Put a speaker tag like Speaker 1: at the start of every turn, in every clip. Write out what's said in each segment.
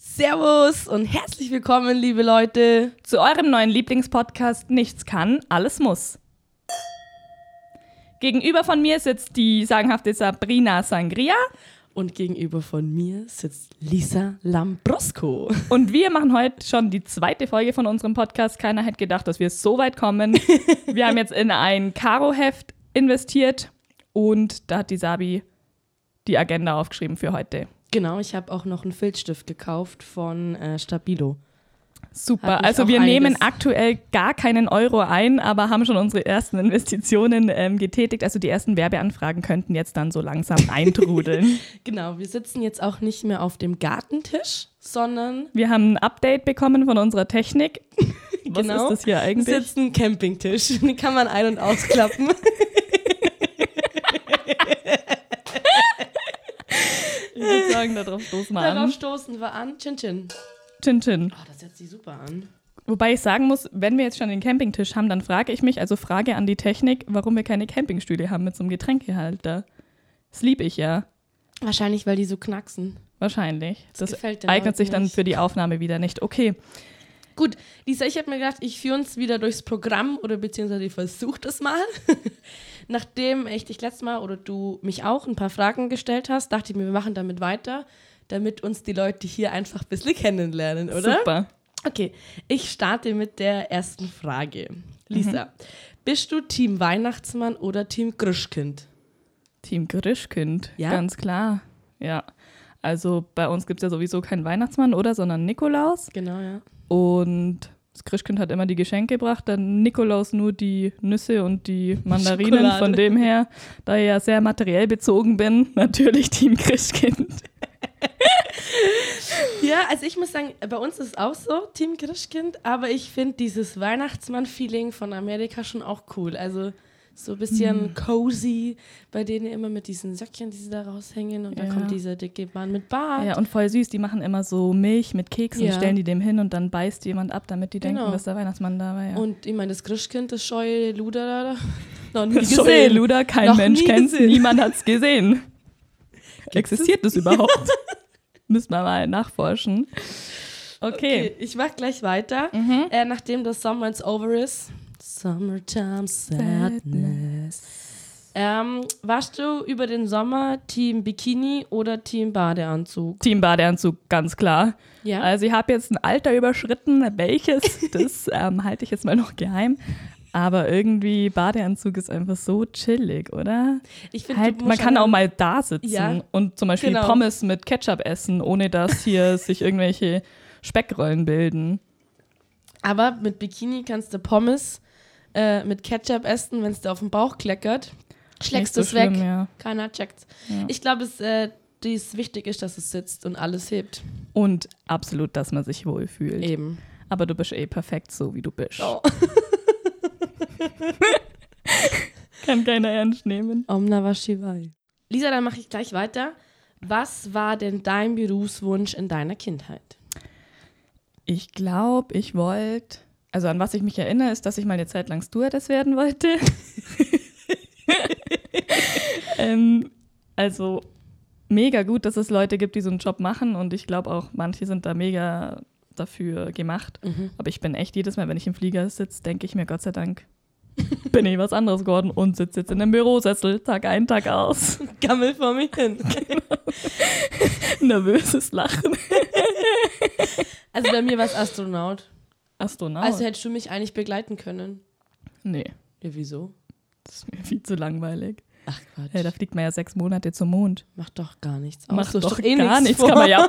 Speaker 1: Servus und herzlich willkommen, liebe Leute.
Speaker 2: Zu eurem neuen Lieblingspodcast Nichts kann, alles muss. Gegenüber von mir sitzt die sagenhafte Sabrina Sangria
Speaker 1: Und gegenüber von mir sitzt Lisa Lambrosco.
Speaker 2: und wir machen heute schon die zweite Folge von unserem Podcast. Keiner hätte gedacht, dass wir so weit kommen. Wir haben jetzt in ein Karo-Heft investiert und da hat die Sabi die Agenda aufgeschrieben für heute.
Speaker 1: Genau, ich habe auch noch einen Filzstift gekauft von äh, Stabilo. Hat
Speaker 2: Super.
Speaker 1: mich auch
Speaker 2: Also wir nehmen
Speaker 1: einiges-
Speaker 2: aktuell gar keinen Euro ein, aber haben schon unsere ersten Investitionen ähm, getätigt. Also die ersten Werbeanfragen könnten jetzt dann so langsam eintrudeln.
Speaker 1: Genau, wir sitzen jetzt auch nicht mehr auf dem Gartentisch, sondern
Speaker 2: wir haben ein Update bekommen von unserer Technik. Was
Speaker 1: Genau.
Speaker 2: ist das hier eigentlich?
Speaker 1: sitzen Campingtisch. Den kann man ein- und ausklappen.
Speaker 2: Ich würde sagen, darauf stoßen wir
Speaker 1: Darauf
Speaker 2: an.
Speaker 1: stoßen wir an. Chin Chin.
Speaker 2: Chin Chin.
Speaker 1: Oh, das hört sich super an.
Speaker 2: Wobei ich sagen muss, wenn wir jetzt schon den Campingtisch haben, dann frage ich mich, also Frage an die Technik, warum wir keine Campingstühle haben mit so einem Getränkehalter. Das lieb ich ja.
Speaker 1: Wahrscheinlich, weil die so knacksen.
Speaker 2: Wahrscheinlich. Das,
Speaker 1: gefällt den Leuten
Speaker 2: eignet sich dann
Speaker 1: nicht.
Speaker 2: für die Aufnahme wieder nicht. Okay.
Speaker 1: Gut, Lisa, ich habe mir gedacht, ich führe uns wieder durchs Programm oder beziehungsweise ich versuche das mal. Nachdem ich dich letztes Mal oder du mich auch ein paar Fragen gestellt hast, dachte ich mir, wir machen damit weiter, damit uns die Leute hier einfach ein bisschen kennenlernen, oder?
Speaker 2: Super.
Speaker 1: Okay, ich starte mit der ersten Frage. Lisa, bist du Team Weihnachtsmann oder Team Grischkind?
Speaker 2: Team Grischkind,
Speaker 1: Ja?
Speaker 2: ganz klar. Ja. Also bei uns gibt es ja sowieso keinen Weihnachtsmann, oder? Sondern Nikolaus.
Speaker 1: Genau, ja.
Speaker 2: Und das Grischkind hat immer die Geschenke gebracht, dann Nikolaus nur die Nüsse und die Mandarinen.
Speaker 1: Schokolade.
Speaker 2: Von dem her, da ich ja sehr materiell bezogen bin, natürlich Team Grischkind.
Speaker 1: Ja, also ich muss sagen, bei uns ist es auch so, Team Grischkind, aber ich finde dieses Weihnachtsmann-Feeling von Amerika schon auch cool. Also so ein
Speaker 2: Mhm.
Speaker 1: bisschen cozy, bei denen immer mit diesen Söckchen, die sie da raushängen und dann
Speaker 2: Ja.
Speaker 1: kommt dieser dicke Mann mit Bart.
Speaker 2: Ja, und voll süß, die machen immer so Milch mit Keksen,
Speaker 1: Ja.
Speaker 2: stellen die dem hin und dann beißt jemand ab, damit die
Speaker 1: Genau.
Speaker 2: denken, dass der Weihnachtsmann da war. Ja.
Speaker 1: Und ich meine, das Grischkind, das scheue Luder da, da noch nie
Speaker 2: Das
Speaker 1: gesehen.
Speaker 2: Sorry, Luda, kein
Speaker 1: Noch
Speaker 2: Mensch
Speaker 1: nie
Speaker 2: kennt
Speaker 1: gesehen.
Speaker 2: niemand hat's gesehen. Existiert es überhaupt? Müssen wir mal nachforschen. Okay. Mhm.
Speaker 1: Okay, ich mach gleich weiter. Äh, nachdem das Summer is over is. Summertime sadness. Ähm, warst du über den Sommer Team Bikini oder Team Badeanzug?
Speaker 2: Team Badeanzug, ganz klar.
Speaker 1: Ja.
Speaker 2: Also ich habe jetzt ein Alter überschritten, welches, das ähm, halte ich jetzt mal noch geheim. Aber irgendwie, Badeanzug ist einfach so chillig, oder?
Speaker 1: ich find,
Speaker 2: Halt,
Speaker 1: du
Speaker 2: man
Speaker 1: musst
Speaker 2: kann
Speaker 1: schon
Speaker 2: auch mal da sitzen
Speaker 1: Ja,
Speaker 2: und zum Beispiel
Speaker 1: genau.
Speaker 2: Pommes mit Ketchup essen, ohne dass hier sich irgendwelche Speckrollen bilden.
Speaker 1: Aber mit Bikini kannst du Pommes äh, mit Ketchup essen, wenn es dir auf den Bauch kleckert. Schlägst
Speaker 2: Nicht
Speaker 1: es
Speaker 2: so
Speaker 1: weg.
Speaker 2: schlimm, ja.
Speaker 1: Keiner checkt's. Ich glaube, es äh, dies wichtig ist, dass es sitzt und alles hebt.
Speaker 2: Und absolut, dass man sich wohlfühlt.
Speaker 1: Eben.
Speaker 2: Aber du bist eh perfekt, so wie du bist.
Speaker 1: Oh.
Speaker 2: Kann keiner ernst nehmen.
Speaker 1: Omna wa Shivai. Lisa, dann mache ich gleich weiter. Was war denn dein Berufswunsch in deiner Kindheit?
Speaker 2: Ich glaube, ich wollte. Also an was ich mich erinnere, ist, dass ich mal eine Zeit lang Stewardess werden wollte. ähm, also mega gut, dass es Leute gibt, die so einen Job machen. Und ich glaube auch, manche sind da mega dafür gemacht.
Speaker 1: Mhm.
Speaker 2: Aber ich bin echt jedes Mal, wenn ich im Flieger sitze, denke ich mir, Gott sei Dank bin ich was anderes geworden und sitze jetzt in einem Bürosessel, Tag ein, Tag aus.
Speaker 1: Gammel vor mir hin.
Speaker 2: Nervöses Lachen.
Speaker 1: Also bei mir war es Astronaut.
Speaker 2: Astronaut?
Speaker 1: Also hättest du mich eigentlich begleiten können.
Speaker 2: nee,
Speaker 1: Ja, wieso?
Speaker 2: das ist mir viel zu langweilig.
Speaker 1: Ach Quatsch.
Speaker 2: Hey, da fliegt man ja sechs Monate zum Mond.
Speaker 1: Macht doch gar nichts.
Speaker 2: Macht
Speaker 1: so ist
Speaker 2: doch
Speaker 1: eh
Speaker 2: gar nichts,
Speaker 1: vor.
Speaker 2: kann man ja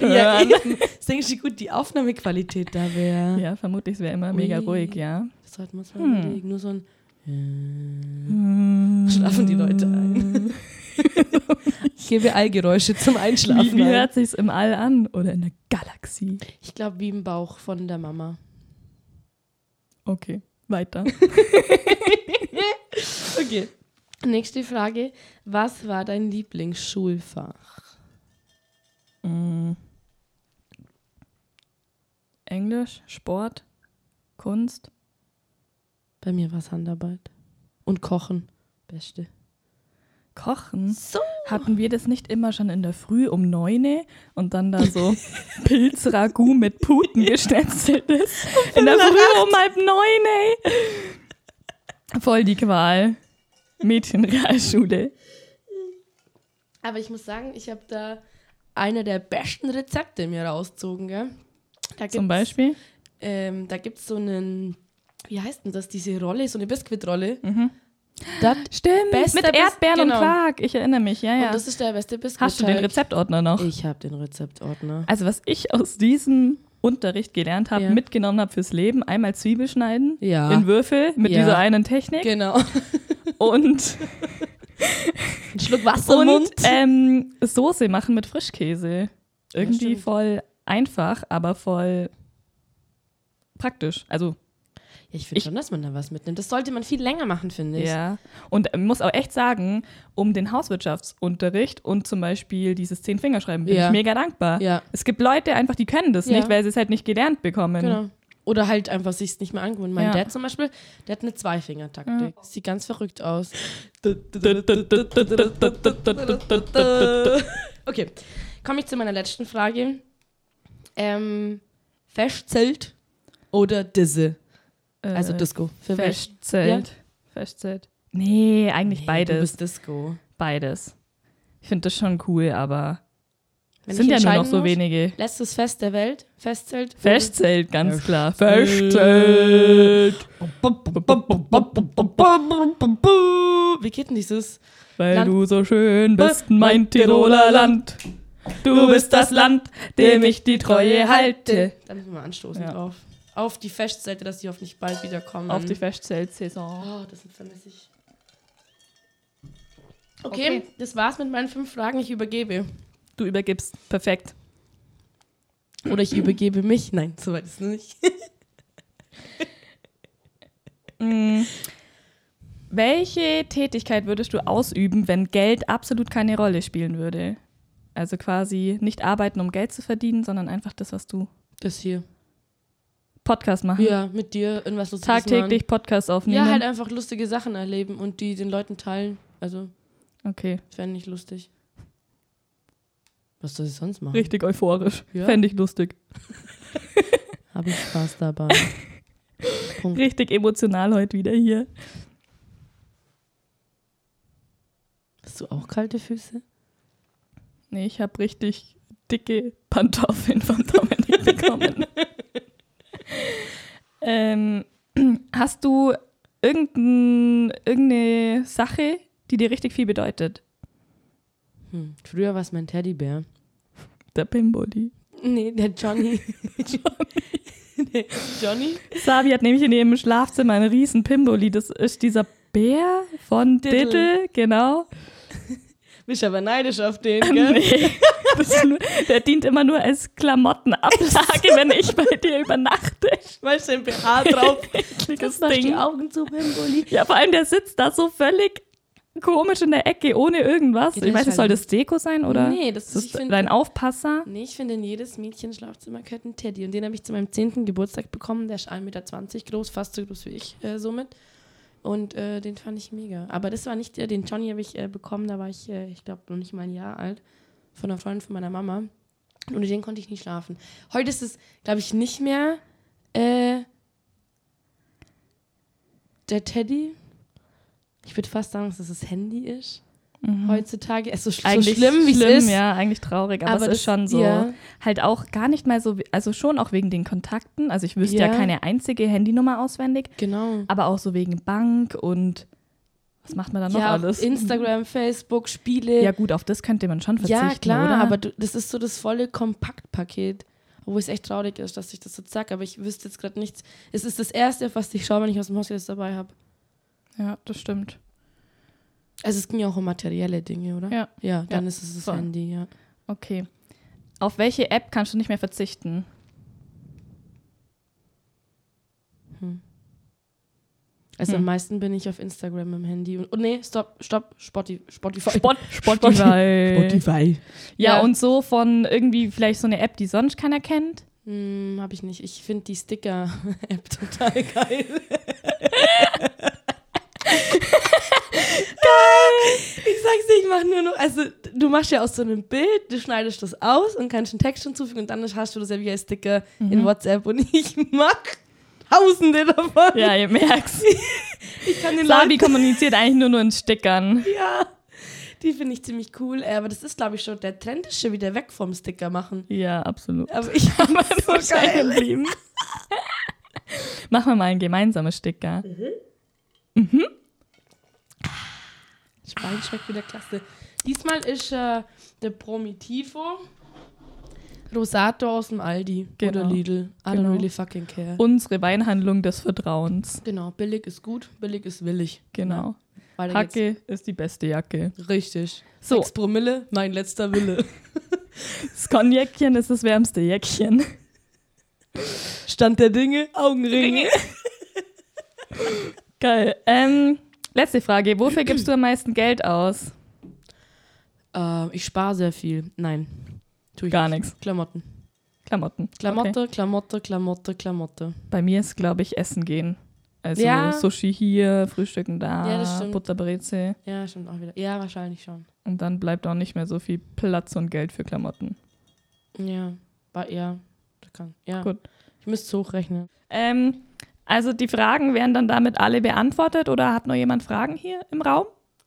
Speaker 1: Ja,
Speaker 2: hören.
Speaker 1: eben. Das denke ich, wie gut die Aufnahmequalität da wäre.
Speaker 2: Ja, vermutlich, es wäre immer mega
Speaker 1: Ui.
Speaker 2: ruhig, ja.
Speaker 1: Das sollte man mal
Speaker 2: Hm.
Speaker 1: überlegen. Nur so ein. Äh, Schlafen die Leute ein. ich gebe Allgeräusche zum
Speaker 2: Wie,
Speaker 1: Einschlafen.
Speaker 2: wie
Speaker 1: ein.
Speaker 2: hört sich's im All an? Oder in der Galaxie?
Speaker 1: Ich glaube, wie im Bauch von der Mama.
Speaker 2: Okay, weiter.
Speaker 1: Okay. Nächste Frage. Was war dein Lieblingsschulfach?
Speaker 2: Englisch, Sport, Kunst.
Speaker 1: Bei mir war es Handarbeit. Und Kochen. Beste.
Speaker 2: Kochen.
Speaker 1: So.
Speaker 2: Hatten wir das nicht immer schon in der Früh um neune und dann da so Pilzragout mit Puten geschnetzeltes? In der Früh um halb neun, ey. Voll die Qual. Mädchenrealschule.
Speaker 1: Aber ich muss sagen, ich habe da eine der besten Rezepte mir rauszogen, gell? Da gibt's,
Speaker 2: Zum Beispiel.
Speaker 1: Ähm, da gibt es so einen, wie heißt denn das, diese Rolle, so eine Biskuitrolle.
Speaker 2: Mhm.
Speaker 1: Das
Speaker 2: Stimmt,
Speaker 1: Bester
Speaker 2: mit
Speaker 1: Bis-
Speaker 2: Erdbeeren
Speaker 1: genau.
Speaker 2: und Quark. Ich erinnere mich, ja, ja.
Speaker 1: Und das ist der beste Biskuit. halt.
Speaker 2: Hast du den Rezeptordner noch?
Speaker 1: Ich habe den Rezeptordner.
Speaker 2: Also, was ich aus diesem Unterricht gelernt habe,
Speaker 1: Ja.
Speaker 2: mitgenommen habe fürs Leben, einmal Zwiebel schneiden
Speaker 1: Ja.
Speaker 2: in Würfel mit
Speaker 1: Ja.
Speaker 2: dieser einen Technik
Speaker 1: Genau.
Speaker 2: und,
Speaker 1: Ein Schluck Wasser im
Speaker 2: und
Speaker 1: Mund.
Speaker 2: ähm, Soße machen mit Frischkäse. Irgendwie
Speaker 1: stimmt.
Speaker 2: voll einfach, aber voll praktisch. Also
Speaker 1: ich finde
Speaker 2: ich-
Speaker 1: schon, dass man da was mitnimmt. Das sollte man viel länger machen, finde ich.
Speaker 2: Ja. Und äh, muss auch echt sagen, um den Hauswirtschaftsunterricht und zum Beispiel dieses Zehn-Fingerschreiben bin
Speaker 1: Ja.
Speaker 2: ich mega dankbar.
Speaker 1: Ja.
Speaker 2: Es gibt Leute einfach, die können das
Speaker 1: Ja.
Speaker 2: nicht, weil sie es halt nicht gelernt bekommen.
Speaker 1: Genau. Oder halt einfach sich's nicht mehr angewöhnt. Mein
Speaker 2: Ja.
Speaker 1: Dad zum Beispiel, der hat eine Zweifingertaktik. Sieht ganz verrückt aus. Okay, komme ich zu meiner letzten Frage. Ähm, Festzelt oder Disse?
Speaker 2: Äh,
Speaker 1: Also Disco. Für welche?
Speaker 2: Festzelt. Festzelt. Nee, eigentlich
Speaker 1: Du
Speaker 2: beides.
Speaker 1: bist Disco.
Speaker 2: Beides. Ich finde das schon cool, aber
Speaker 1: Wenn
Speaker 2: es
Speaker 1: ich
Speaker 2: sind ja nur noch
Speaker 1: entscheiden
Speaker 2: so
Speaker 1: muss,
Speaker 2: wenige.
Speaker 1: Letztes Fest der Welt, Festzelt. oder-
Speaker 2: Festzelt, ganz klar. Festzelt.
Speaker 1: Festzelt. Wie geht denn dieses?
Speaker 2: Weil
Speaker 1: Land-
Speaker 2: du so schön bist, mein
Speaker 1: Mein
Speaker 2: Tiroler
Speaker 1: Tiroler
Speaker 2: Land. Du bist das Land, dem ich die Treue halte.
Speaker 1: Dann müssen wir anstoßen
Speaker 2: Ja.
Speaker 1: drauf. Auf die Festseite, dass die hoffentlich bald wiederkommen.
Speaker 2: Auf die Festzelt-Saison.
Speaker 1: Oh, das vermisse ich. Okay, das war's mit meinen fünf Fragen. Ich übergebe.
Speaker 2: Du übergibst. Perfekt.
Speaker 1: Oder ich übergebe mich. Nein, soweit ist es nicht.
Speaker 2: Mm. Welche Tätigkeit würdest du ausüben, wenn Geld absolut keine Rolle spielen würde? Also quasi nicht arbeiten, um Geld zu verdienen, sondern einfach das, was du
Speaker 1: Das hier.
Speaker 2: Podcast machen.
Speaker 1: Ja, mit dir irgendwas Lustiges
Speaker 2: Tagtäglich Podcast
Speaker 1: Machen.
Speaker 2: aufnehmen.
Speaker 1: Ja, halt einfach lustige Sachen erleben und die den Leuten teilen. Also,
Speaker 2: okay.
Speaker 1: fände ich lustig. Was soll ich sonst machen?
Speaker 2: Richtig euphorisch.
Speaker 1: Ja.
Speaker 2: Fände ich lustig.
Speaker 1: Habe ich Spaß dabei. Punkt.
Speaker 2: Richtig emotional heute wieder hier.
Speaker 1: Hast du auch kalte Füße?
Speaker 2: Nee, ich habe richtig dicke Pantoffeln von Dominik bekommen. ähm, hast du irgendein, irgendeine Sache, die dir richtig viel bedeutet?
Speaker 1: Hm. Früher war es mein Teddybär.
Speaker 2: Der Pimboli.
Speaker 1: Nee, der Johnny. nee, Johnny?
Speaker 2: Sabi hat nämlich in ihrem Schlafzimmer einen riesen Pimboli. Das ist dieser Bär von
Speaker 1: Diddle.
Speaker 2: Diddle, genau.
Speaker 1: Bist aber neidisch auf den, gell?
Speaker 2: Nee. Das ist nur, der dient immer nur als Klamottenablage, wenn ich bei dir übernachte.
Speaker 1: Weil sein BH drauf.
Speaker 2: Ekliges
Speaker 1: Das machst die Augen zu, Bimboli.
Speaker 2: Ja, vor allem der sitzt da so völlig komisch in der Ecke, ohne irgendwas.
Speaker 1: Ja,
Speaker 2: ich
Speaker 1: der
Speaker 2: weiß
Speaker 1: ist
Speaker 2: nicht, soll
Speaker 1: halt-
Speaker 2: das Deko sein oder?
Speaker 1: Nee, das
Speaker 2: Ist das
Speaker 1: ist- ich find-
Speaker 2: dein Aufpasser?
Speaker 1: Nee, ich finde, in jedes Mädchen Schlafzimmer gehört ein Teddy. Und den habe ich zu meinem 10. Geburtstag bekommen. Der ist 1,20 Meter groß, fast so groß wie ich äh, somit. Und äh, den fand ich mega. Aber das war nicht der, den Johnny habe ich äh, bekommen. Da war ich, äh, ich glaube, noch nicht mal ein Jahr alt. Von einer Freundin von meiner Mama. Und ohne den konnte ich nicht schlafen. Heute ist es, glaube ich, nicht mehr äh, der Teddy. Ich würde fast sagen, dass es das Handy ist. Heutzutage. Es ist so, so schlimm, wie es ist.
Speaker 2: ja, eigentlich traurig, aber,
Speaker 1: Aber
Speaker 2: es
Speaker 1: das-
Speaker 2: ist schon so.
Speaker 1: ja.
Speaker 2: Halt auch gar nicht mal so, wie- also schon auch wegen den Kontakten. Also ich wüsste ja,
Speaker 1: Ja.
Speaker 2: keine einzige Handynummer auswendig,
Speaker 1: Genau.
Speaker 2: aber auch so wegen Bank und was macht man da noch
Speaker 1: ja, auch
Speaker 2: alles?
Speaker 1: Instagram, Facebook, Spiele.
Speaker 2: ja
Speaker 1: Ja,
Speaker 2: gut, auf das könnte man schon verzichten,
Speaker 1: klar,
Speaker 2: oder?
Speaker 1: aber du, das ist so das volle Kompaktpaket. Obwohl es echt traurig ist, dass ich das so zack, aber ich wüsste jetzt gerade nichts. Es ist das Erste, auf was ich schaue, wenn ich aus dem Haus das dabei habe.
Speaker 2: ja, das stimmt.
Speaker 1: Also es ging ja auch um materielle Dinge, oder?
Speaker 2: Ja.
Speaker 1: Ja, dann ist es das
Speaker 2: voll.
Speaker 1: Handy, ja.
Speaker 2: Okay. Auf welche App kannst du nicht mehr verzichten?
Speaker 1: Also
Speaker 2: Hm.
Speaker 1: am meisten bin ich auf Instagram im Handy. Und, und nee, stopp, stopp, Spotify. Spotify.
Speaker 2: Spotify.
Speaker 1: Spotify.
Speaker 2: Ja,
Speaker 1: Ja.
Speaker 2: und so von irgendwie vielleicht so eine App, die sonst keiner kennt.
Speaker 1: Hm, hab ich nicht. Ich finde die Sticker-App total geil. Ich sag's dir, ich mache nur noch, also du machst ja aus so einem Bild, du schneidest das aus und kannst einen Text hinzufügen und dann hast du das ja wie ein Sticker
Speaker 2: Mhm.
Speaker 1: in WhatsApp und ich mach Tausende davon.
Speaker 2: Ja, ihr merkt's.
Speaker 1: ich kann den
Speaker 2: Sabi
Speaker 1: Leuten,
Speaker 2: kommuniziert eigentlich nur, nur in Stickern.
Speaker 1: ja, die finde ich ziemlich cool, äh, aber das ist glaube ich schon, der Trend ist schon wieder weg vom Sticker machen.
Speaker 2: Ja, absolut.
Speaker 1: Aber ich habe so
Speaker 2: So stehen
Speaker 1: geil.
Speaker 2: geblieben. Machen wir mal einen gemeinsamen Sticker.
Speaker 1: Schwein schmeckt wieder klasse. Diesmal ist äh, der Promitivo Rosato aus dem Aldi
Speaker 2: Genau.
Speaker 1: oder Lidl. I
Speaker 2: Genau.
Speaker 1: don't really fucking care.
Speaker 2: Unsere Weinhandlung des Vertrauens.
Speaker 1: genau, billig ist gut, billig ist willig.
Speaker 2: Genau.
Speaker 1: Weiter geht's.
Speaker 2: Hacke ist die beste Jacke.
Speaker 1: Richtig.
Speaker 2: So.
Speaker 1: Sechs Promille, mein letzter Wille.
Speaker 2: Das Konjäckchen ist das wärmste Jäckchen.
Speaker 1: Stand der Dinge, Augenringe.
Speaker 2: Geil. Ähm, letzte Frage. Wofür gibst du am meisten Geld aus?
Speaker 1: Äh, ich spare sehr viel. Nein. Tue ich
Speaker 2: Gar
Speaker 1: nicht.
Speaker 2: nichts.
Speaker 1: Klamotten.
Speaker 2: Klamotten.
Speaker 1: Klamotte, Klamotte, Klamotte, Klamotte.
Speaker 2: Bei mir ist, glaube ich, Essen gehen. Also
Speaker 1: Ja.
Speaker 2: Sushi hier, Frühstücken da,
Speaker 1: Ja, das stimmt.
Speaker 2: Butterbreze.
Speaker 1: Ja, stimmt auch wieder. Ja, wahrscheinlich schon.
Speaker 2: Und dann bleibt auch nicht mehr so viel Platz und Geld für Klamotten.
Speaker 1: Ja. Ba- Ja. Das kann. Ja.
Speaker 2: Gut.
Speaker 1: Ich müsste es hochrechnen.
Speaker 2: Ähm, also die Fragen werden dann damit alle beantwortet oder hat noch jemand Fragen hier im Raum?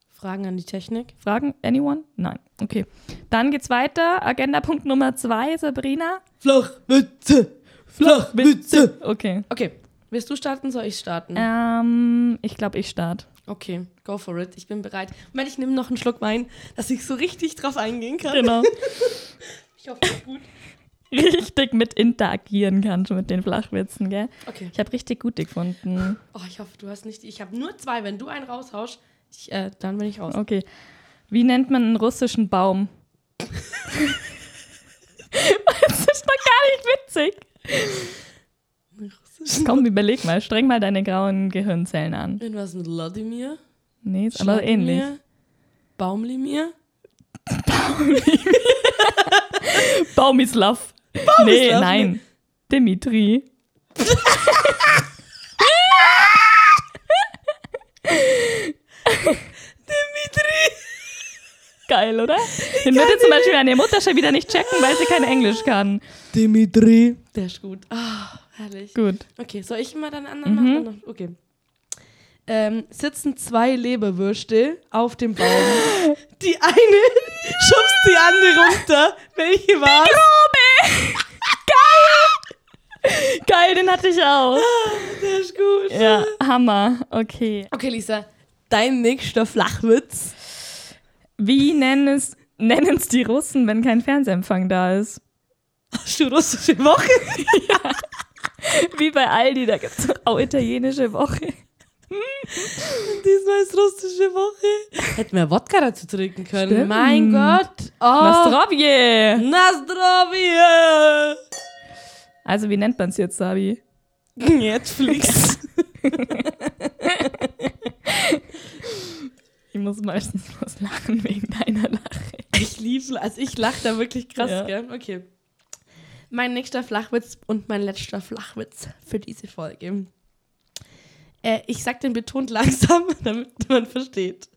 Speaker 1: Fragen an die Technik.
Speaker 2: Fragen? Anyone? Nein. Okay. Dann geht's weiter. Agendapunkt Nummer zwei, Sabrina.
Speaker 1: Flachwitze! Flachwitze!
Speaker 2: Okay.
Speaker 1: Okay, willst du starten, soll ich starten?
Speaker 2: Ähm, ich glaube, ich starte.
Speaker 1: Okay, go for it. Ich bin bereit. Moment, ich nehme noch einen Schluck Wein, dass ich so richtig drauf eingehen kann.
Speaker 2: Genau.
Speaker 1: Ich hoffe, es ist gut.
Speaker 2: richtig mit interagieren kannst mit den Flachwitzen, gell?
Speaker 1: Okay.
Speaker 2: Ich habe richtig gut gefunden.
Speaker 1: Oh, ich hoffe, du hast nicht. Ich habe nur zwei. Wenn du einen raushaust, ich, äh, dann bin ich raus.
Speaker 2: Okay. Wie nennt man einen russischen Baum? das ist doch gar nicht witzig. Komm, überleg mal. Streng mal deine grauen Gehirnzellen an.
Speaker 1: Irgendwas mit Vladimir.
Speaker 2: Nee, ist aber ähnlich.
Speaker 1: Baumlimir.
Speaker 2: Baumislav. ne? Nee,
Speaker 1: Baumislav,
Speaker 2: nein. Dimitri. Geil, oder? Den würde zum Beispiel meine Mutter schon wieder nicht checken, weil sie kein Englisch kann.
Speaker 1: Dimitri. Der ist gut. Ah, herrlich.
Speaker 2: Gut.
Speaker 1: Okay, soll ich mal dann einen anderen machen? Okay. Ähm, sitzen zwei Leberwürste auf dem Baum. Die eine schubst die andere runter. Welche war's?
Speaker 2: Geil, den hatte ich auch.
Speaker 1: Der ist gut.
Speaker 2: Ja, Hammer. Okay.
Speaker 1: Okay, Lisa, dein nächster Flachwitz.
Speaker 2: Wie nennen es, nennen es die Russen, wenn kein Fernsehempfang da ist?
Speaker 1: Hast du russische Woche?
Speaker 2: Wie bei Aldi, da gibt es auch italienische Woche.
Speaker 1: Diesmal ist russische Woche. Hätten wir Wodka dazu trinken können.
Speaker 2: Stimmt.
Speaker 1: Mein Gott. Oh.
Speaker 2: Nastrovje!
Speaker 1: Nastrovie.
Speaker 2: Also, wie nennt man es jetzt, Sabi?
Speaker 1: Jetzt fliegst
Speaker 2: Ich muss meistens bloß lachen wegen deiner Lache.
Speaker 1: Ich liebe, also ich lache da wirklich krass,
Speaker 2: Ja.
Speaker 1: gell? Okay. Mein nächster Flachwitz und mein letzter Flachwitz für diese Folge. Äh, ich sag den betont langsam, damit man versteht.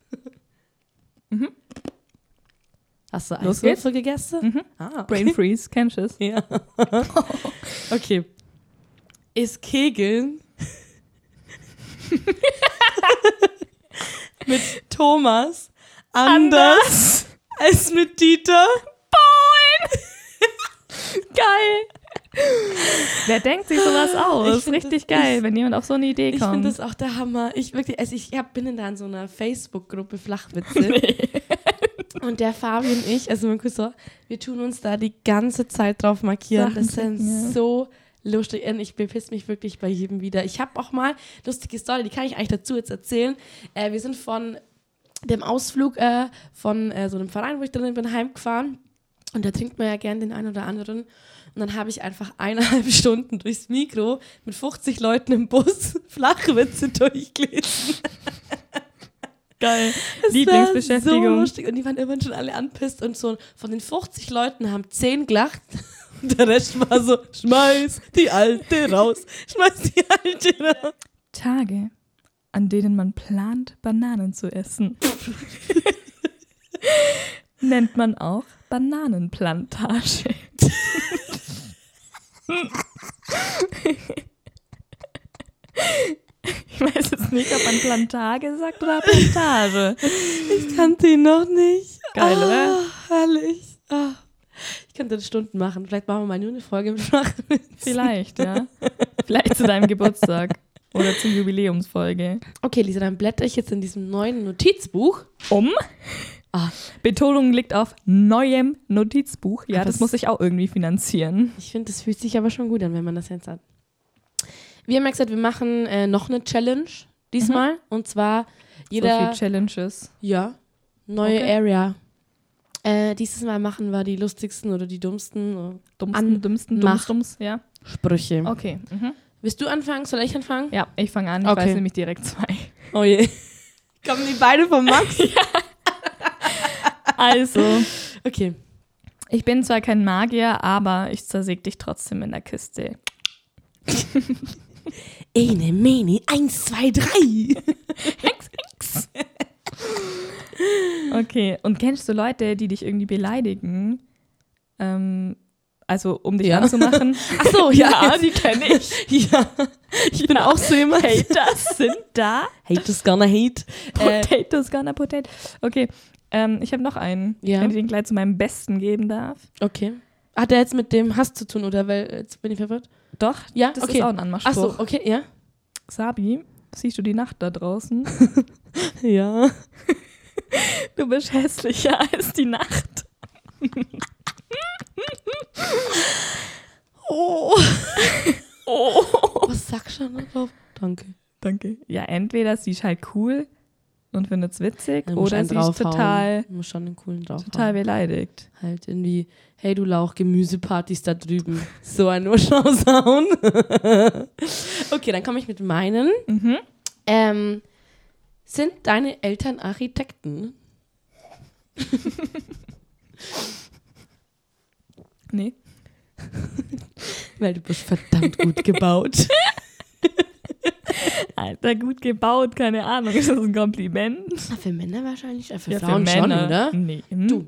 Speaker 1: Hast du
Speaker 2: Mhm. Los
Speaker 1: Eiswürfel gegessen?
Speaker 2: Mhm.
Speaker 1: Ah.
Speaker 2: Brain Freeze, kennst du es?
Speaker 1: Ja. okay. Ist Kegeln mit Thomas anders, als mit Dieter?
Speaker 2: Geil! Wer denkt sich sowas
Speaker 1: Ich
Speaker 2: aus?
Speaker 1: find
Speaker 2: Richtig
Speaker 1: das-
Speaker 2: geil, wenn jemand auf so eine Idee
Speaker 1: Ich
Speaker 2: kommt.
Speaker 1: finde das auch der Hammer. Ich wirklich, also ich hab, bin da in so einer Facebook-Gruppe Flachwitze. Und der Fabi und ich, also mein Cousin, wir tun uns da die ganze Zeit drauf markieren.
Speaker 2: Sachen
Speaker 1: das sind
Speaker 2: schicken, ja.
Speaker 1: so lustig. Und ich bepiss mich wirklich bei jedem wieder. Ich habe auch mal lustige Story, die kann ich eigentlich dazu jetzt erzählen. Äh, wir sind von dem Ausflug äh, von äh, so einem Verein, wo ich drin bin, heimgefahren. Und da trinkt man ja gern den einen oder anderen. Und dann habe ich einfach eineinhalb Stunden durchs Mikro mit 50 Leuten im Bus Flachwitze durchgelesen.
Speaker 2: geil.
Speaker 1: Das war So
Speaker 2: Lieblingsbeschäftigung.
Speaker 1: lustig. Und die waren irgendwann schon alle anpisst. Und so von den 50 Leuten haben 10 gelacht. Und der Rest war so, schmeiß die Alte raus. Schmeiß die Alte raus.
Speaker 2: Tage an denen man plant, Bananen zu essen. Nennt man auch Bananenplantage. ich weiß jetzt nicht, ob man Plantage sagt oder Plantage.
Speaker 1: Ich kannte ihn noch nicht.
Speaker 2: Geil,
Speaker 1: ah,
Speaker 2: oder?
Speaker 1: Herrlich. Ah. Ich könnte das Stunden machen. Vielleicht machen wir mal nur eine Folge mit Flachwitzen.
Speaker 2: Vielleicht, ja. Vielleicht zu deinem Geburtstag oder zur Jubiläumsfolge.
Speaker 1: Okay, Lisa, dann blätter ich jetzt in diesem neuen Notizbuch.
Speaker 2: Um?
Speaker 1: Ah,
Speaker 2: Betonung liegt auf neuem Notizbuch. Ja,
Speaker 1: Aber
Speaker 2: das
Speaker 1: es-
Speaker 2: muss ich auch irgendwie finanzieren.
Speaker 1: ich finde, das fühlt sich aber schon gut an, wenn man das jetzt hat. Wir haben ja gesagt, wir machen äh, noch eine Challenge diesmal. Und zwar
Speaker 2: so
Speaker 1: jeder.
Speaker 2: viel Challenges.
Speaker 1: ja. Neue
Speaker 2: Okay.
Speaker 1: Area. Äh, dieses Mal machen wir die lustigsten oder die dummsten äh,
Speaker 2: Dummsten,
Speaker 1: An-
Speaker 2: dummsten,
Speaker 1: mach.
Speaker 2: dumms, dumms. Ja.
Speaker 1: Sprüche.
Speaker 2: Okay. Mhm.
Speaker 1: Willst du anfangen? Soll ich anfangen?
Speaker 2: Ja, ich fange an. Ich
Speaker 1: Okay.
Speaker 2: weiß nämlich direkt zwei.
Speaker 1: Oh je. Kommen die beide von Max?
Speaker 2: Also,
Speaker 1: Okay.
Speaker 2: ich bin zwar kein Magier, aber ich zersäg dich trotzdem in der Kiste.
Speaker 1: Ene, mene, eins, zwei, drei.
Speaker 2: Okay. Und kennst du Leute, die dich irgendwie beleidigen? Ähm, also, um dich
Speaker 1: Ja.
Speaker 2: anzumachen?
Speaker 1: Ach so, ja.
Speaker 2: die kenne ich.
Speaker 1: ja. Ich bin auch so jemand.
Speaker 2: Haters sind da.
Speaker 1: Hate is gonna hate. Äh,
Speaker 2: Potatoes gonna potato. Okay, ähm, ich habe noch einen,
Speaker 1: Ja.
Speaker 2: wenn ich den gleich zu meinem Besten geben darf.
Speaker 1: okay. Hat er jetzt mit dem Hass zu tun oder weil äh, jetzt bin ich verwirrt?
Speaker 2: Doch,
Speaker 1: Ja,
Speaker 2: das
Speaker 1: okay.
Speaker 2: ist auch ein
Speaker 1: Ach
Speaker 2: Anmachspruch.
Speaker 1: so, okay, ja.
Speaker 2: Sabi, siehst du die Nacht da draußen?
Speaker 1: Ja.
Speaker 2: Du bist hässlicher als die Nacht.
Speaker 1: Oh.
Speaker 2: Oh.
Speaker 1: Was sagst du denn drauf? Danke.
Speaker 2: Danke. Ja, entweder sie ist halt cool und findet's witzig
Speaker 1: Dann muss
Speaker 2: oder
Speaker 1: einen
Speaker 2: sie ist
Speaker 1: draufhauen.
Speaker 2: total,
Speaker 1: Muss schon einen coolen drauf.
Speaker 2: total beleidigt.
Speaker 1: Halt irgendwie, hey du Lauch, Gemüsepartys da drüben. So ein Urschausaun. okay, dann komme ich mit meinen.
Speaker 2: Mhm.
Speaker 1: Ähm, sind deine Eltern Architekten?
Speaker 2: Nee.
Speaker 1: Weil du bist verdammt gut gebaut.
Speaker 2: Alter, gut gebaut, keine Ahnung. Ist das ein Kompliment?
Speaker 1: Na, für Männer wahrscheinlich, äh, für
Speaker 2: Ja,
Speaker 1: Frauen schon, oder?
Speaker 2: Nee. Hm?
Speaker 1: Du,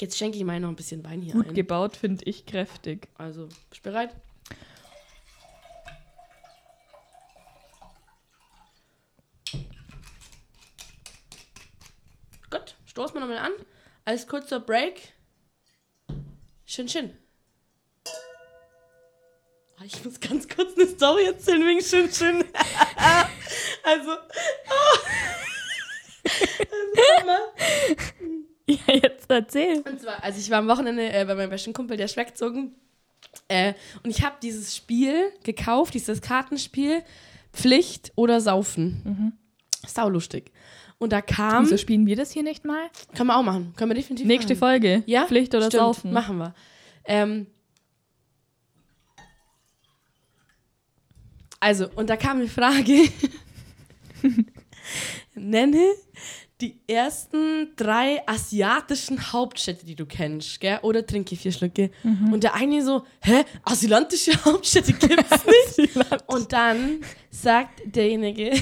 Speaker 1: jetzt schenke ich mir noch ein bisschen Wein hier
Speaker 2: Gut
Speaker 1: ein.
Speaker 2: gebaut finde ich kräftig.
Speaker 1: Also, bist du bereit? Gut, stoßen wir nochmal an. Als kurzer Break. Schön, schön. Ah, Ich muss ganz kurz eine Story erzählen wegen schön, schön. also. also Mama,
Speaker 2: Ja, jetzt erzähl.
Speaker 1: und zwar, also ich war am Wochenende äh, bei meinem besten Kumpel, der ist weggezogen. Äh, und ich habe dieses Spiel gekauft, dieses Kartenspiel, Pflicht oder Saufen. Saulustig. Und da kam,
Speaker 2: Wieso spielen wir das hier nicht mal?
Speaker 1: können wir auch machen, können wir definitiv
Speaker 2: Nächste
Speaker 1: machen.
Speaker 2: Folge.
Speaker 1: Ja?
Speaker 2: Pflicht oder
Speaker 1: Stimmt,
Speaker 2: Saufen.
Speaker 1: machen wir. Ähm, also, und da kam die Frage, nenne die ersten drei asiatischen Hauptstädte, die du kennst, gell? Oder trinke vier Schlücke.
Speaker 2: Mhm.
Speaker 1: Und der eine so, hä, asilantische Hauptstädte gibt's nicht? und dann sagt derjenige,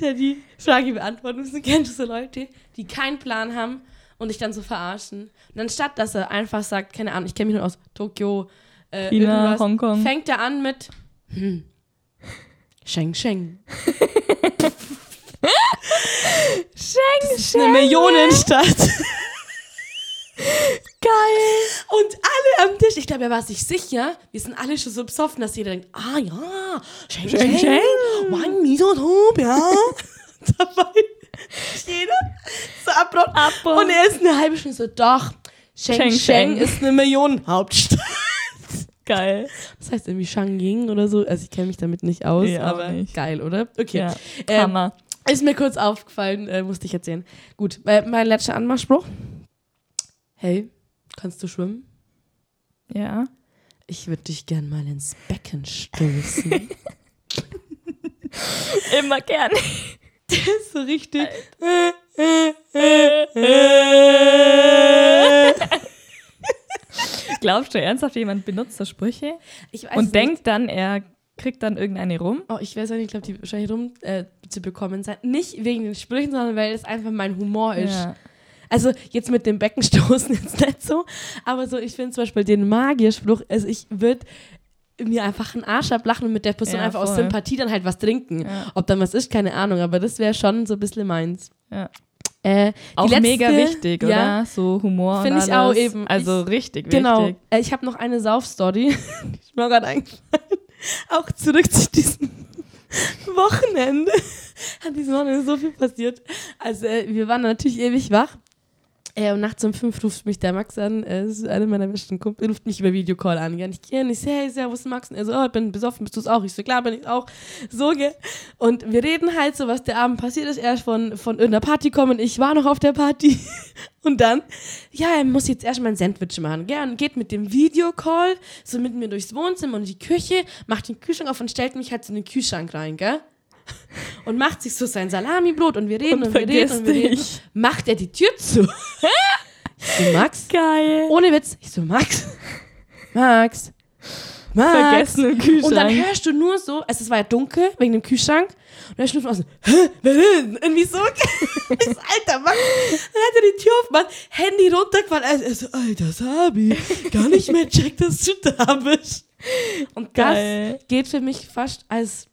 Speaker 1: der die Frage beantworten müssen. Kennst du so Leute, die keinen Plan haben und dich dann so verarschen? Und anstatt, dass er einfach sagt, keine Ahnung, ich kenne mich nur aus Tokio, äh,
Speaker 2: China,
Speaker 1: irgendwas,
Speaker 2: Hongkong.
Speaker 1: fängt er an mit hm, Sheng Sheng.
Speaker 2: Schenk,
Speaker 1: Das ist eine Millionenstadt.
Speaker 2: Geil.
Speaker 1: Und alle am Tisch, ich glaube, er war sich sicher, wir sind alle schon so besoffen, dass jeder denkt, ah ja, Sheng
Speaker 2: Sheng
Speaker 1: Sheng,
Speaker 2: Sheng.
Speaker 1: Wang Misotop, ja. Dabei ist jeder so abrupt.
Speaker 2: Abbruch.
Speaker 1: Und er ist eine halbe Stunde so, doch, Sheng
Speaker 2: Sheng
Speaker 1: Sheng,
Speaker 2: Sheng.
Speaker 1: ist eine Millionenhauptstadt.
Speaker 2: Geil.
Speaker 1: Das heißt irgendwie Shangying oder so. Also ich kenne mich damit nicht aus,
Speaker 2: Nee, auch
Speaker 1: aber
Speaker 2: nicht.
Speaker 1: geil, oder? Okay.
Speaker 2: Ja.
Speaker 1: Ähm,
Speaker 2: Hammer.
Speaker 1: ist mir kurz aufgefallen, äh, musste ich erzählen. Gut, äh, mein letzter Anmachspruch. Hey, kannst du schwimmen?
Speaker 2: Ja.
Speaker 1: Ich würde dich gern mal ins Becken stoßen.
Speaker 2: Immer gerne.
Speaker 1: so richtig.
Speaker 2: Glaubst du ernsthaft, jemand benutzt so Sprüche
Speaker 1: Ich weiß
Speaker 2: und
Speaker 1: nicht.
Speaker 2: denkt dann, er kriegt dann irgendeine rum.
Speaker 1: Oh, ich weiß ja nicht, ich glaube, die wahrscheinlich rum äh, zu bekommen sein. Nicht wegen den Sprüchen, sondern weil es einfach mein Humor ist.
Speaker 2: Ja.
Speaker 1: Also jetzt mit dem Beckenstoßen jetzt nicht so, aber so, ich finde zum Beispiel den Magierspruch, also ich würde mir einfach einen Arsch ablachen und mit der Person
Speaker 2: Ja,
Speaker 1: einfach aus
Speaker 2: voll.
Speaker 1: Sympathie dann halt was trinken.
Speaker 2: Ja.
Speaker 1: Ob dann was ist, keine Ahnung, aber das wäre schon so ein bisschen meins.
Speaker 2: Ja.
Speaker 1: Äh, die
Speaker 2: Auch
Speaker 1: letzte-
Speaker 2: mega wichtig,
Speaker 1: ja,
Speaker 2: oder? So Humor
Speaker 1: Find
Speaker 2: und
Speaker 1: ich
Speaker 2: alles.
Speaker 1: auch eben.
Speaker 2: Also richtig
Speaker 1: Genau.
Speaker 2: wichtig.
Speaker 1: Äh, ich habe noch eine Sauf-Story, die ist mir gerade eingefallen. Auch zurück zu diesem Wochenende. An diesem Wochenende ist so viel passiert. Also, äh, wir waren natürlich ewig wach. Äh, und nachts um fünf ruft mich der Max an, äh, das ist einer meiner besten Kumpel, ruft mich über Videocall an. Gell? Und ich gehe und ich so, hey, servus Max. Und er so, oh, ich bin besoffen, bist du es auch? Ich so, klar bin ich auch. So, gell? Und wir reden halt so, was der Abend passiert ist. Er ist von, von irgendeiner Party kommen, ich war noch auf der Party. Und dann, ja, er muss jetzt erstmal ein Sandwich machen, gell? Und geht mit dem Videocall so mit mir durchs Wohnzimmer und die Küche, macht den Kühlschrank auf und stellt mich halt so in den Kühlschrank rein, gell? Und macht sich so sein Salamibrot und wir reden
Speaker 2: Und
Speaker 1: und, wir reden
Speaker 2: vergisst
Speaker 1: und wir reden.
Speaker 2: dich.
Speaker 1: Macht er die Tür zu? Ich so, Max?
Speaker 2: Geil.
Speaker 1: Ohne Witz. Ich so, Max? Max? Max?
Speaker 2: Vergessen im Kühlschrank.
Speaker 1: Und dann hörst du nur so, also es war ja dunkel wegen dem Kühlschrank, und dann hörst du nur von außen, hä, wer denn? Irgendwie so, Ich so, alter Mann. Dann hat er die Tür aufgemacht, Handy runtergefallen, er er so, alter Sabi, gar nicht mehr checkt, dass du da bist. Und das
Speaker 2: Geil.
Speaker 1: geht für mich fast als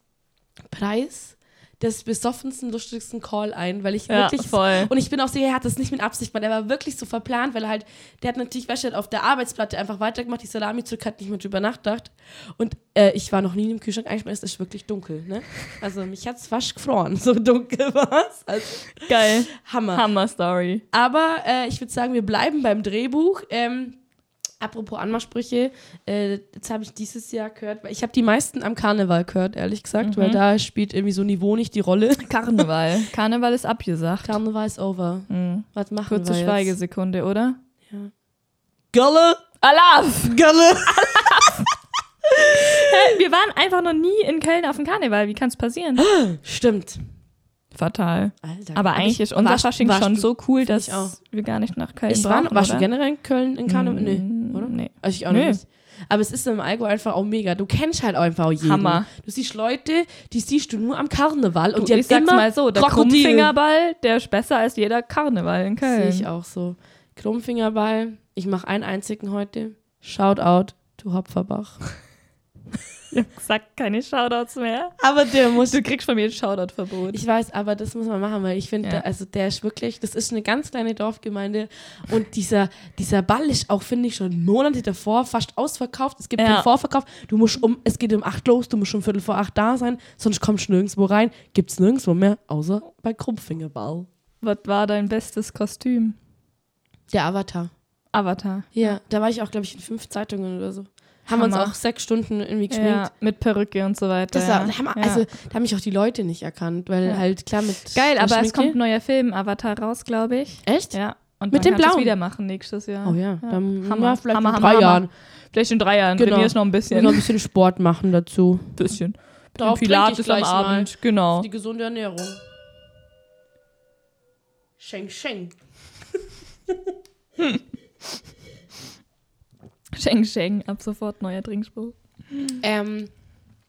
Speaker 1: Preis des besoffensten, lustigsten Call ein, weil ich
Speaker 2: Ja,
Speaker 1: wirklich
Speaker 2: voll.
Speaker 1: und ich bin auch sicher, er hat das nicht mit Absicht gemacht. Er war wirklich so verplant, weil er halt, der hat natürlich Wäsche halt auf der Arbeitsplatte einfach weitergemacht, die Salami zurück hat nicht mehr drüber nachgedacht. Und äh, ich war noch nie im Kühlschrank eingesperrt, es ist wirklich dunkel. Ne? Also mich hat's fast gefroren, so dunkel war's. Also,
Speaker 2: Geil.
Speaker 1: Hammer.
Speaker 2: Hammer-Story.
Speaker 1: Aber äh, ich würde sagen, wir bleiben beim Drehbuch. Ähm, apropos Anmachsprüche, äh, jetzt habe ich dieses Jahr gehört, weil ich habe die meisten am Karneval gehört, ehrlich gesagt, weil da spielt irgendwie so Niveau nicht die Rolle.
Speaker 2: Mhm. Karneval. Karneval ist abgesagt.
Speaker 1: Karneval ist over.
Speaker 2: Mhm.
Speaker 1: Was machen
Speaker 2: Kurze
Speaker 1: wir jetzt?
Speaker 2: Schweigesekunde, oder?
Speaker 1: Gölle!
Speaker 2: Alaf!
Speaker 1: Galle.
Speaker 2: Wir waren einfach noch nie in Köln auf dem Karneval. Wie kann es passieren?
Speaker 1: Stimmt.
Speaker 2: Fatal.
Speaker 1: Alter.
Speaker 2: Aber eigentlich ist unser
Speaker 1: warst-
Speaker 2: Fasching
Speaker 1: warst
Speaker 2: schon
Speaker 1: du-
Speaker 2: so cool,
Speaker 1: Find
Speaker 2: dass
Speaker 1: ich auch.
Speaker 2: wir gar nicht nach Köln
Speaker 1: Ich
Speaker 2: brauchen,
Speaker 1: war, warst du
Speaker 2: oder? Mm,
Speaker 1: generell in Köln in Karneval? Nee, oder?
Speaker 2: Nee.
Speaker 1: Also ich auch
Speaker 2: Nö.
Speaker 1: noch nicht. Aber es ist im Allgäu einfach auch mega. Du kennst halt einfach jeden.
Speaker 2: Hammer.
Speaker 1: Du siehst Leute, die siehst du nur am Karneval und die
Speaker 2: ich
Speaker 1: haben
Speaker 2: sag's
Speaker 1: immer
Speaker 2: mal so, der
Speaker 1: Krokodil.
Speaker 2: Krummfingerball, der ist besser als jeder Karneval in Köln.
Speaker 1: Sehe ich auch so. Krummfingerball. Ich mache einen einzigen heute. Shoutout to Hopferbach.
Speaker 2: Sag keine Shoutouts mehr.
Speaker 1: Aber der muss
Speaker 2: Du kriegst von mir ein Shoutout-Verbot.
Speaker 1: Ich weiß, aber das muss man machen, weil ich finde,
Speaker 2: Ja.
Speaker 1: da- also der ist wirklich, das ist eine ganz kleine Dorfgemeinde und dieser, dieser Ball ist auch, finde ich, schon Monate davor fast ausverkauft. Es gibt
Speaker 2: Ja.
Speaker 1: den Vorverkauf, du musst um, es geht um acht los, du musst um Viertel vor acht da sein, sonst kommst du nirgendwo rein, gibt es nirgendwo mehr, außer bei Krummfingerball.
Speaker 2: Was war dein bestes Kostüm?
Speaker 1: Der Avatar.
Speaker 2: Avatar.
Speaker 1: Ja, da war ich auch, glaube ich, in fünf Zeitungen oder so. Haben wir uns
Speaker 2: Hammer.
Speaker 1: auch sechs Stunden irgendwie geschminkt.
Speaker 2: Ja, mit Perücke und so weiter.
Speaker 1: Das war,
Speaker 2: ja.
Speaker 1: Hammer.
Speaker 2: Ja.
Speaker 1: Also, da haben mich auch die Leute nicht erkannt, weil
Speaker 2: Ja.
Speaker 1: halt klar mit.
Speaker 2: Geil,
Speaker 1: der
Speaker 2: aber es
Speaker 1: Schminke-
Speaker 2: kommt ein neuer Film, Avatar, raus, glaube ich.
Speaker 1: Echt?
Speaker 2: Ja. Und
Speaker 1: Mit dem
Speaker 2: dann kannst du's
Speaker 1: Blauen.
Speaker 2: wieder machen nächstes Jahr.
Speaker 1: Oh ja, dann
Speaker 2: Hammer.
Speaker 1: ja, vielleicht
Speaker 2: Hammer,
Speaker 1: in
Speaker 2: Hammer,
Speaker 1: drei
Speaker 2: Hammer.
Speaker 1: Jahren.
Speaker 2: Vielleicht in drei Jahren.
Speaker 1: Genau.
Speaker 2: Trainierst noch ein
Speaker 1: Wir
Speaker 2: bisschen.
Speaker 1: noch ein bisschen Sport machen dazu.
Speaker 2: bisschen. bisschen
Speaker 1: Darauf trinke ich
Speaker 2: Pilates am
Speaker 1: gleich mal.
Speaker 2: Abend. Genau.
Speaker 1: Die gesunde Ernährung. Sheng Sheng.
Speaker 2: Scheng, scheng. Ab sofort neuer Trinkspruch.
Speaker 1: Ähm,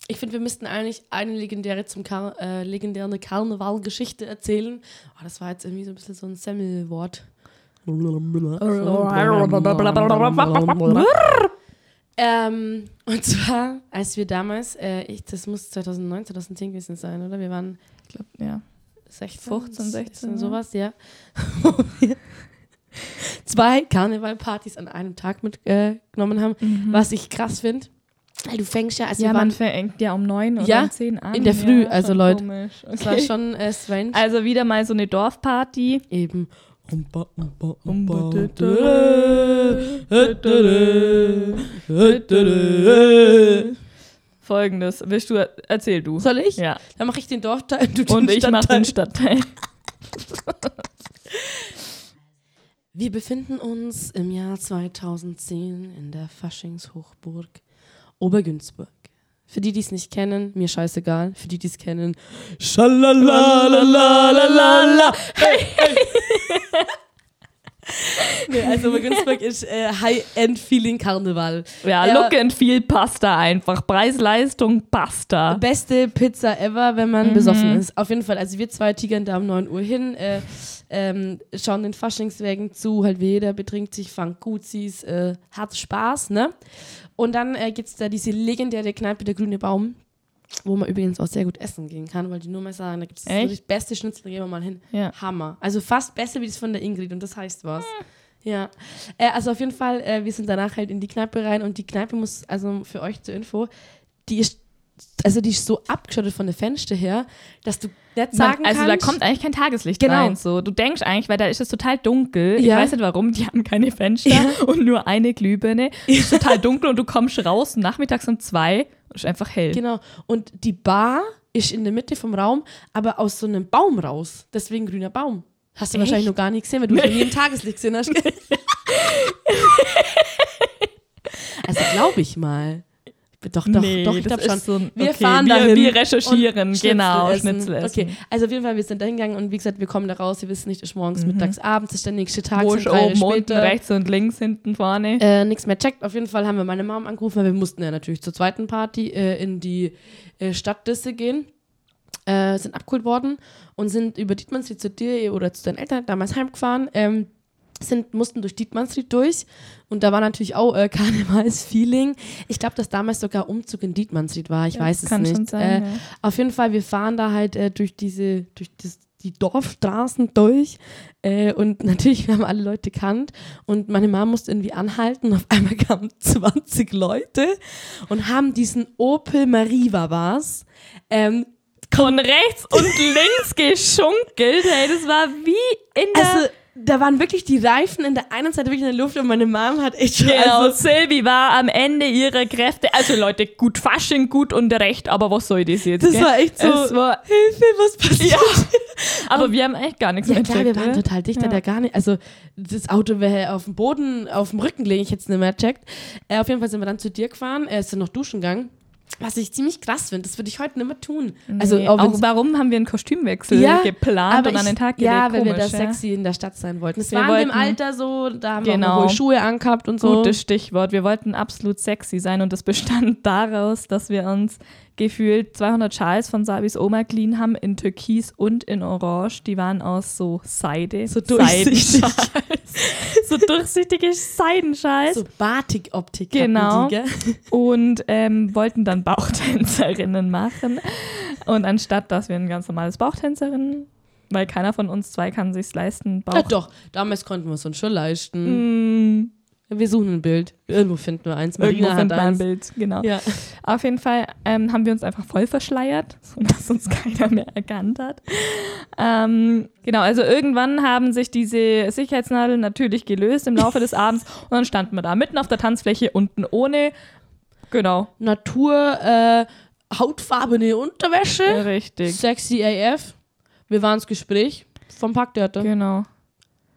Speaker 1: ich finde, wir müssten eigentlich eine legendäre zum Kar äh, legendäre Karnevalgeschichte erzählen. Oh, das war jetzt irgendwie so ein bisschen so ein Semmelwort. Ähm, und zwar, als wir damals, äh, ich, das muss 2009, 2010 gewesen sein, oder? Wir waren
Speaker 2: Ich glaube, ja.
Speaker 1: 16,
Speaker 2: 15, 16, ja.
Speaker 1: sowas, ja. Zwei Karnevalpartys an einem Tag mitgenommen haben, was ich krass finde. Du fängst ja, also
Speaker 2: Mhm. ja,
Speaker 1: wir
Speaker 2: man
Speaker 1: waren,
Speaker 2: verengt ja um neun oder
Speaker 1: Ja,
Speaker 2: um zehn an.
Speaker 1: in der Früh,
Speaker 2: ja,
Speaker 1: also
Speaker 2: schon
Speaker 1: Leute,
Speaker 2: Komisch. Okay.
Speaker 1: es war schon äh, strange.
Speaker 2: also wieder mal so eine Dorfparty.
Speaker 1: Eben. Rumba, umba, umba,
Speaker 2: Umba,
Speaker 1: dö, dö, dö, dö, dö.
Speaker 2: Folgendes. Willst du, erzähl du.
Speaker 1: Soll ich?
Speaker 2: Ja.
Speaker 1: Dann mache ich den Dorfteil, du den
Speaker 2: Und ich mache
Speaker 1: Stadtteil.
Speaker 2: den Stadtteil.
Speaker 1: Wir befinden uns im Jahr 2010 in der Faschingshochburg Obergünzburg. Für die, die es nicht kennen, mir scheißegal. Für die, die es kennen, schalalalalalalala. Hey, hey. Nee, also Günzburg ist äh, High-End-Feeling-Karneval.
Speaker 2: Ja,
Speaker 1: Ja.
Speaker 2: Look and Feel passt da einfach. Preis-Leistung passt da.
Speaker 1: Beste Pizza ever, wenn man besoffen ist. Auf jeden Fall. Also wir zwei tigern da um 9 Uhr hin, äh, ähm, schauen den Faschingswägen zu, halt wie jeder betrinkt sich, fangt Guzis, äh, hat Spaß, ne? Und dann äh, gibt es da diese legendäre Kneipe, der grüne Baum, wo man übrigens auch sehr gut essen gehen kann, weil die nur mal sagen, da gibt es das
Speaker 2: Echt?
Speaker 1: wirklich beste Schnitzel, gehen wir mal hin.
Speaker 2: Ja.
Speaker 1: Hammer. Also fast besser wie das von der Ingrid und das heißt was. Ja, äh, also auf jeden Fall, äh, wir sind danach halt in die Kneipe rein und die Kneipe muss, also für euch zur Info, die ist, also die ist so abgeschottet von der Fenster her, dass du nicht sagen
Speaker 2: also
Speaker 1: kannst.
Speaker 2: da kommt eigentlich kein Tageslicht
Speaker 1: Genau.
Speaker 2: rein. So. Du denkst eigentlich, weil da ist es total dunkel. Ich
Speaker 1: Ja.
Speaker 2: weiß nicht warum, die haben keine Fenster
Speaker 1: Ja.
Speaker 2: und nur eine Glühbirne. Es ist total dunkel und du kommst raus nachmittags um zwei und es ist einfach hell.
Speaker 1: Genau. Und die Bar ist in der Mitte vom Raum, aber aus so einem Baum raus. Deswegen grüner Baum. Hast du
Speaker 2: Echt?
Speaker 1: wahrscheinlich noch gar nicht gesehen, weil du nee. nie im Tageslicht gesehen hast. gell? also glaube ich mal. Doch, doch,
Speaker 2: Nee,
Speaker 1: doch, ich
Speaker 2: das
Speaker 1: glaube schon.
Speaker 2: ist so ein-
Speaker 1: wir
Speaker 2: okay,
Speaker 1: fahren
Speaker 2: wir-
Speaker 1: dahin.
Speaker 2: wir recherchieren,
Speaker 1: und
Speaker 2: genau, Schnitzel essen.
Speaker 1: Okay, also auf jeden Fall, wir sind da hingegangen und wie gesagt, wir kommen da raus. Wir wissen nicht, ist morgens, mittags, abends, ist der nächste Tag,
Speaker 2: Mhm. Wo
Speaker 1: sind
Speaker 2: ist
Speaker 1: um drei Jahre
Speaker 2: oben, unten,
Speaker 1: später
Speaker 2: rechts und links, hinten, vorne.
Speaker 1: äh, nichts mehr checkt. Auf jeden Fall haben wir meine Mom angerufen, weil wir mussten ja natürlich zur zweiten Party äh, in die äh, Stadtdisse gehen. Äh, sind abgeholt worden und sind über Dietmannsried zu dir oder zu deinen Eltern damals heimgefahren. Ähm, sind, mussten durch Dietmannsried durch und da war natürlich auch äh, Karnevalsfeeling. Ich glaube, dass damals sogar Umzug in Dietmannsried war, ich
Speaker 2: Ja,
Speaker 1: weiß es
Speaker 2: kann
Speaker 1: nicht.
Speaker 2: schon sein,
Speaker 1: äh,
Speaker 2: ja.
Speaker 1: Auf jeden Fall, wir fahren da halt äh, durch diese, durch das, die Dorfstraßen durch äh, und natürlich, wir haben alle Leute kannt und meine Mama musste irgendwie anhalten. Auf einmal kamen 20 Leute und haben diesen Opel Mariva war's. Ähm,
Speaker 2: Von rechts und links geschunkelt. Hey, das war wie in der...
Speaker 1: also, da waren wirklich die Reifen in der einen Seite wirklich in der Luft und meine Mom hat echt schon.
Speaker 2: Genau,
Speaker 1: Also,
Speaker 2: Silvi war am Ende ihrer Kräfte. Also Leute, gut Fasching, gut und recht, aber was soll das jetzt?
Speaker 1: das
Speaker 2: gell?
Speaker 1: war echt so.
Speaker 2: Es war,
Speaker 1: Hilfe, was passiert?
Speaker 2: ja, aber wir haben echt gar nichts
Speaker 1: Ja klar, wir
Speaker 2: mitgekriegt,
Speaker 1: waren
Speaker 2: gell?
Speaker 1: total dicht,
Speaker 2: Ja.
Speaker 1: ja. da gar nicht. Also das Auto wäre auf dem Boden, auf dem Rücken liegen, ich hätte es nicht mehr gecheckt. Äh, auf jeden Fall sind wir dann zu dir gefahren, äh, sind noch duschen gegangen. Was ich ziemlich krass finde, das würde ich heute nicht mehr tun. Also
Speaker 2: Nee,
Speaker 1: auch
Speaker 2: auch
Speaker 1: wenn's-
Speaker 2: warum haben wir einen Kostümwechsel geplant
Speaker 1: aber
Speaker 2: und an
Speaker 1: ich-
Speaker 2: den Tag gelegt?
Speaker 1: Ja, weil
Speaker 2: Komisch,
Speaker 1: wir da
Speaker 2: ja.
Speaker 1: sexy in der Stadt sein wollten. Das
Speaker 2: Wir
Speaker 1: war in dem
Speaker 2: wollten-
Speaker 1: Alter so, da haben wir auch
Speaker 2: Genau.
Speaker 1: noch hohe Schuhe angehabt und so.
Speaker 2: Gutes Stichwort. Wir wollten absolut sexy sein und das bestand daraus, dass wir uns gefühlt 200 Schals von Sabis Oma clean haben in Türkis und in Orange. Die waren aus so Seide.
Speaker 1: So durchsichtig.
Speaker 2: Seidenschals. so durchsichtige Seidenschals.
Speaker 1: so Also Batik-Optik.
Speaker 2: Genau.
Speaker 1: Hatten die, gell?
Speaker 2: Und ähm, wollten dann Bauchtänzerinnen machen. Und anstatt, dass wir ein ganz normales Bauchtänzerinnen, weil keiner von uns zwei kann sich's leisten, Bauch.
Speaker 1: Ja, doch, damals konnten wir es uns schon leisten.
Speaker 2: Mm,
Speaker 1: Wir suchen ein Bild. Irgendwo finden wir eins.
Speaker 2: irgendwo
Speaker 1: Marina
Speaker 2: findet
Speaker 1: hat
Speaker 2: man ein
Speaker 1: eins.
Speaker 2: Bild, genau.
Speaker 1: Ja.
Speaker 2: Auf jeden Fall ähm, haben wir uns einfach voll verschleiert, sodass uns keiner mehr erkannt hat. Ähm, genau, also irgendwann haben sich diese Sicherheitsnadeln natürlich gelöst im Laufe des Abends und dann standen wir da mitten auf der Tanzfläche unten ohne. Genau,
Speaker 1: Natur, äh, hautfarbene Unterwäsche.
Speaker 2: richtig.
Speaker 1: Sexy AF. Wir waren ins Gespräch vom Parktheater.
Speaker 2: Genau.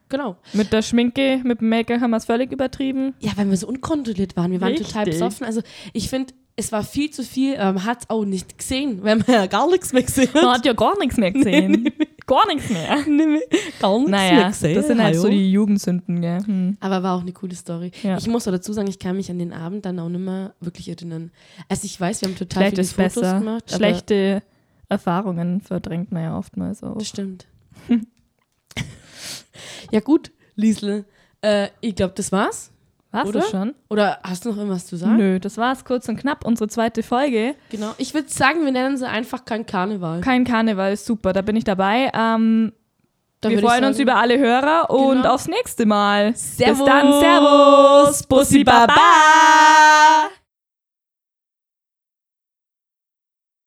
Speaker 1: Genau.
Speaker 2: Mit der Schminke, mit dem Make-up haben wir es völlig übertrieben.
Speaker 1: Ja, weil wir so unkontrolliert waren. Wir waren total
Speaker 2: Richtig.
Speaker 1: besoffen. Also ich finde, es war viel zu viel. aber Man hat es auch nicht gesehen, weil man ja gar nichts mehr gesehen
Speaker 2: Man
Speaker 1: hat.
Speaker 2: hat ja gar nichts mehr gesehen. Gar nichts mehr.
Speaker 1: Gar nichts
Speaker 2: Naja, das sind halt so die Jugendsünden, gell? Hm.
Speaker 1: aber war auch eine coole Story.
Speaker 2: Ja.
Speaker 1: Ich muss auch dazu sagen, ich kann mich an den Abend dann auch nicht mehr wirklich erinnern. Also ich weiß, wir haben total
Speaker 2: Vielleicht
Speaker 1: viele Fotos
Speaker 2: ist besser.
Speaker 1: gemacht. aber-
Speaker 2: Schlechte Erfahrungen verdrängt man ja oftmals auch.
Speaker 1: Das stimmt. ja gut, Liesle. Äh, ich glaube, das war's.
Speaker 2: Warst
Speaker 1: Oder?
Speaker 2: du schon?
Speaker 1: Oder hast du noch irgendwas zu sagen?
Speaker 2: Nö, das war's kurz und knapp. Unsere zweite Folge.
Speaker 1: Genau. Ich würde sagen, wir nennen sie einfach kein Karneval.
Speaker 2: Kein Karneval, super, da bin ich dabei. Ähm,
Speaker 1: Dann
Speaker 2: wir
Speaker 1: würd ich
Speaker 2: freuen uns
Speaker 1: sagen,
Speaker 2: über alle Hörer und
Speaker 1: Genau.
Speaker 2: aufs nächste Mal.
Speaker 1: Servus.
Speaker 2: Bis dann, Servus. Bussi, baba.